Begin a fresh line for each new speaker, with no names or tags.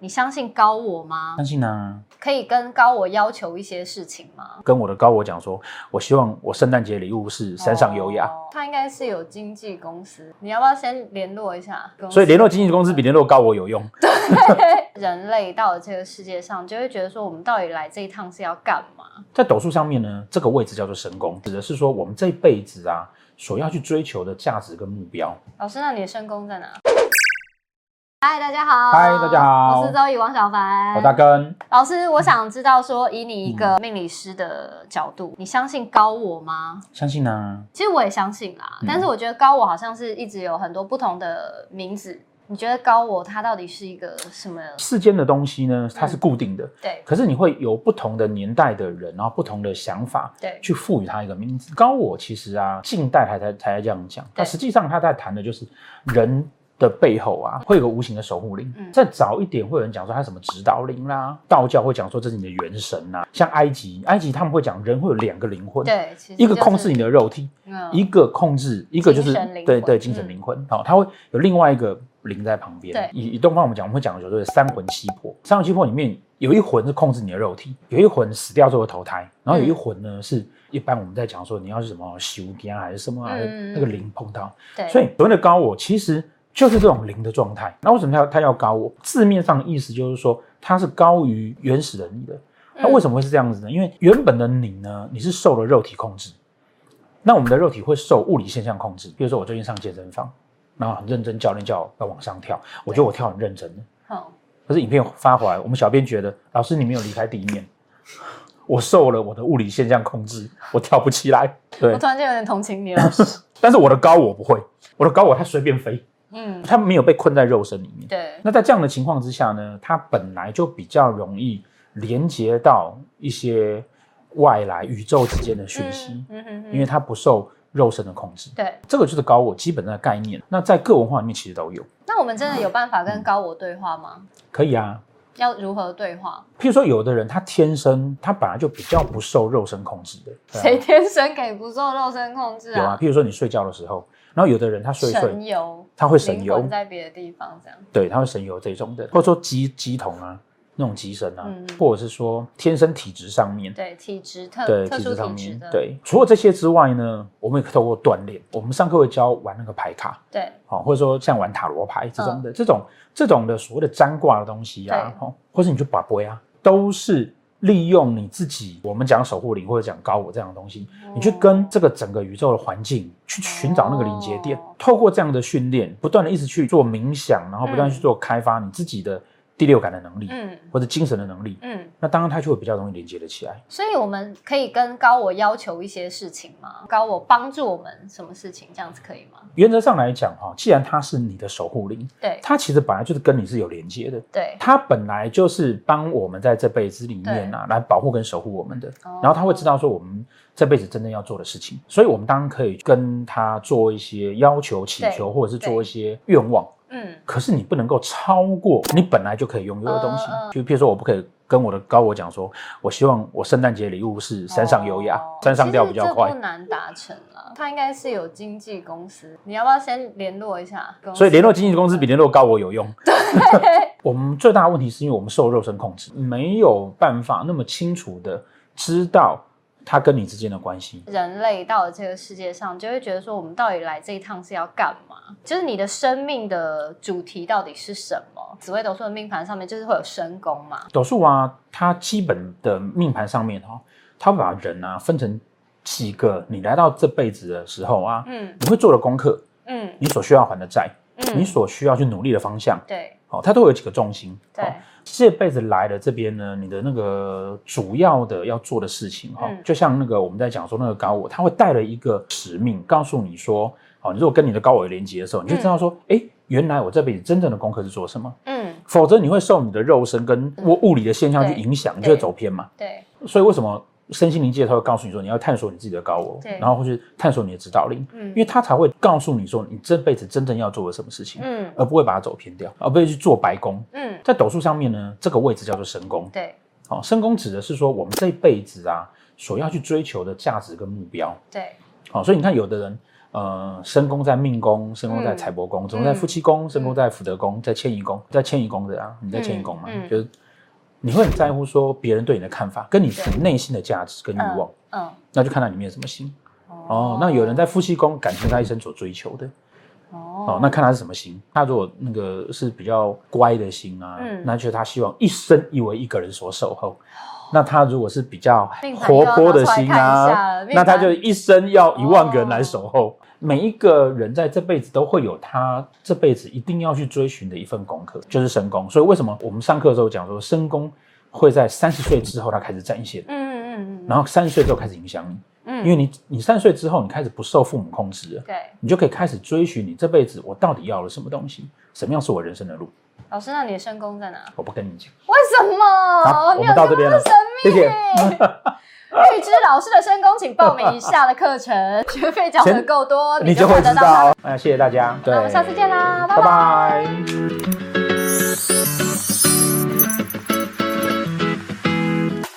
你相信高我吗？
相信啊，
可以跟高我要求一些事情吗？
跟我的高我讲说，我希望我圣诞节礼物是山上优雅。
哦他应该是有经纪公司，你要不要先联络一下公司？
所以联络经纪公司比联络高我有用。
人类到了这个世界上，就会觉得说，我们到底来这一趟是要干嘛？
在斗数上面呢，这个位置叫做神宫，指的是说我们这一辈子啊所要去追求的价值跟目标。
老师，那你的身宫在哪？嗨，大家好。
嗨大家好
哦我是周怡王小凡。
我大嗯根，
老师，我想知道说，以你一个命理师的角度，你相信高我吗？
相信啊，
其实我也相信啦，
嗯
但是我觉得高我好像是一直有很多不同的名字。你觉得高我它到底是一个什么？
世间的东西呢，
嗯
它是固定的，
对
可是你会有不同的年代的人，然后不同的想法，
对
去赋予它一个名字。高我其实啊，近代还才才这样讲，但实际上他在谈的就是人。的背后啊，会有个无形的守护灵。
嗯
再早一点，会有人讲说他什么指导灵啦、道教会讲说这是你的元神呐、像埃及，埃及他们会讲人会有两个灵魂，
对，其实
一个控制你的肉体，
就是，嗯
一个控制，一个就是
精神灵魂嗯
对对精神灵魂，好、它会有另外一个灵在旁
对
边。以以东方我们讲，我们会讲的就是三魂七魄，三魂七魄里面有一魂是控制你的肉体，有一魂死掉之后会投胎，然后有一魂呢、是一般我们在讲说你要是什么修家还是什么啊、
嗯
那个灵碰到，
对，
所以所谓的高我其实就是这种灵的状态。那为什么他要他要高我？字面上的意思就是说它是高于原始人的。那为
么？
什么会是这样子呢？因为原本的你呢，你是受了肉体控制，那我们的肉体会受物理现象控制。比如说我最近上健身房，然后很认真，教练叫我要往上跳，我觉得我跳很认真的。
嗯
可是影片发回来，我们小编觉得老师你没有离开地面，我受了我的物理现象控制，我跳不起来。对
我，突然间有点同情 你，老师。
但是我的高我不会，我的高我它随便飞，
嗯，
它没有被困在肉身里面。
对，
那在这样的情况之下呢，它本来就比较容易连接到一些外来宇宙之间的讯息，
嗯嗯哼哼
因为它不受肉身的控制。
对。
这个就是高我基本的概念。那在各文化里面其实都有，
那我们真的有办法跟高我对话吗？
可以啊。
要如何对话？
譬如说，有的人他天生他本来就比较不受肉身控制的，
谁
对
天生给不受肉身控制
啊有啊。譬如说你睡觉的时候，然后有的人他睡一
神
睡，
游，
他会神
灵
游
魂，在别的地方这样。
对，他会神游这种的，或者说鸡鸡童啊，那种鸡神啊，
嗯嗯
或者是说天生体质上面，
对，体质特
对
特
体
殊
质上
体质
面
的，，
对。除了这些之外呢，我们也可以透过锻炼，我们上课会教玩那个牌卡，
对
哦，或者说像玩塔罗牌这种
嗯
的，这种这种的所谓的占卦的东西啊，哦，或是你去把杯啊，都是利用你自己，我们讲守护灵或者讲高我这样的东西，
哦
你去跟这个整个宇宙的环境去寻找那个连接点
哦，
透过这样的训练，不断的一直去做冥想，然后不断地去
嗯
做开发你自己的第六感的能力，
嗯
或者精神的能力，
嗯，
那当然它就会比较容易连接的起来。
所以我们可以跟高我要求一些事情吗？高我帮助我们什么事情，这样子可以吗？
原则上来讲，哈，既然它是你的守护灵，
对
它其实本来就是跟你是有连接的，
对，
它本来就是帮我们在这辈子里面啊，来保护跟守护我们的。
哦
然后它会知道说我们这辈子真正要做的事情，所以我们当然可以跟它做一些要求、祈求，或者是做一些愿望。
嗯
可是你不能够超过你本来就可以拥有的东
嗯
西，就譬如说，我不可以跟我的高我讲说，我希望我圣诞节礼物是山上优雅，
哦
山上掉比较
其实
快
这不。难达成啦。他应该是有经纪公司，你要不要先联络一下公司？
所以联络经纪公司比联络高我有用。 我们最大的问题是因为我们受肉身控制，没有办法那么清楚的知道他跟你之间的关系。
人类到了这个世界上，就会觉得说，我们到底来这一趟是要干嘛？就是你的生命的主题到底是什么？紫微斗数的命盘上面就是会有身宫嘛，
斗数啊，它基本的命盘上面哦，它会把人啊分成几个，你来到这辈子的时候啊，
嗯
你会做的功课，
嗯
你所需要还的债，
嗯，
你所需要去努力的方向，
对
哦，它都有几个重心。
对
哦，这辈子来了这边呢，你的那个主要的要做的事情哈、
嗯
就像那个我们在讲说那个高我，他会带了一个使命，告诉你说，哦，你如果跟你的高我有连接的时候，你就知道说，哎、原来我这辈子真正的功课是做什么，
嗯
否则你会受你的肉身跟物物理的现象去
对
影响，你
对
就会走偏嘛。
对
所以为什么身心灵界他会告诉你说，你要探索你自己的高我
对，
然后会去探索你的指导灵，
嗯
因为他才会告诉你说，你这辈子真正要做的什么事情，
嗯
而不会把它走偏掉，而不会去做白工。
嗯
在斗数上面呢，这个位置叫做神宫。
对
哦，神宫指的是说我们这一辈子啊所要去追求的价值跟目标。
对
哦，所以你看，有的人呃，申宫在命宫，申宫
嗯
在财帛宫，总共在夫妻宫，申宫在福德宫，在迁移宫，在迁移宫的啊，你在迁移宫嘛，
嗯嗯
就是你会很在乎说别人对你的看法，跟你自己
对
内心的价值跟欲望，
嗯，
那就看到里面有什么心。哦，那有人在夫妻宫，感情他一生所追求的，哦
哦，
那看他是什么心。他如果那个是比较乖的心啊，
嗯哦
那就是他希望一生以为一个人所守候。那他如果是比较
命盘
活泼的心
又要拿出来看一下哦
啊
了，命
那
盘嗯
他就一生要一万个人来守候。每一个人在这辈子都会有他这辈子一定要去追寻的一份功课，就是身宫。所以为什么我们上课的时候讲说，身宫会在三十岁之后他开始展现，
嗯嗯嗯
然后三十岁之后开始影响你，
嗯，
因为你你三十岁之后你开始不受父母控制了。
对
你就可以开始追寻你这辈子我到底要了什么东西，什么样是我人生的路。
老师，那你的身宫在哪？
我不跟你讲，
为什么？
好，
你有
啊我们到这边了，谢
这么
谢。
神秘。预知老师的身宫，请报名以下的课程，学费缴的够多，
你
哦就
就
看
会
得
知
到
哎
他。
道。那谢谢大家，对
那我们下次见啦拜
拜拜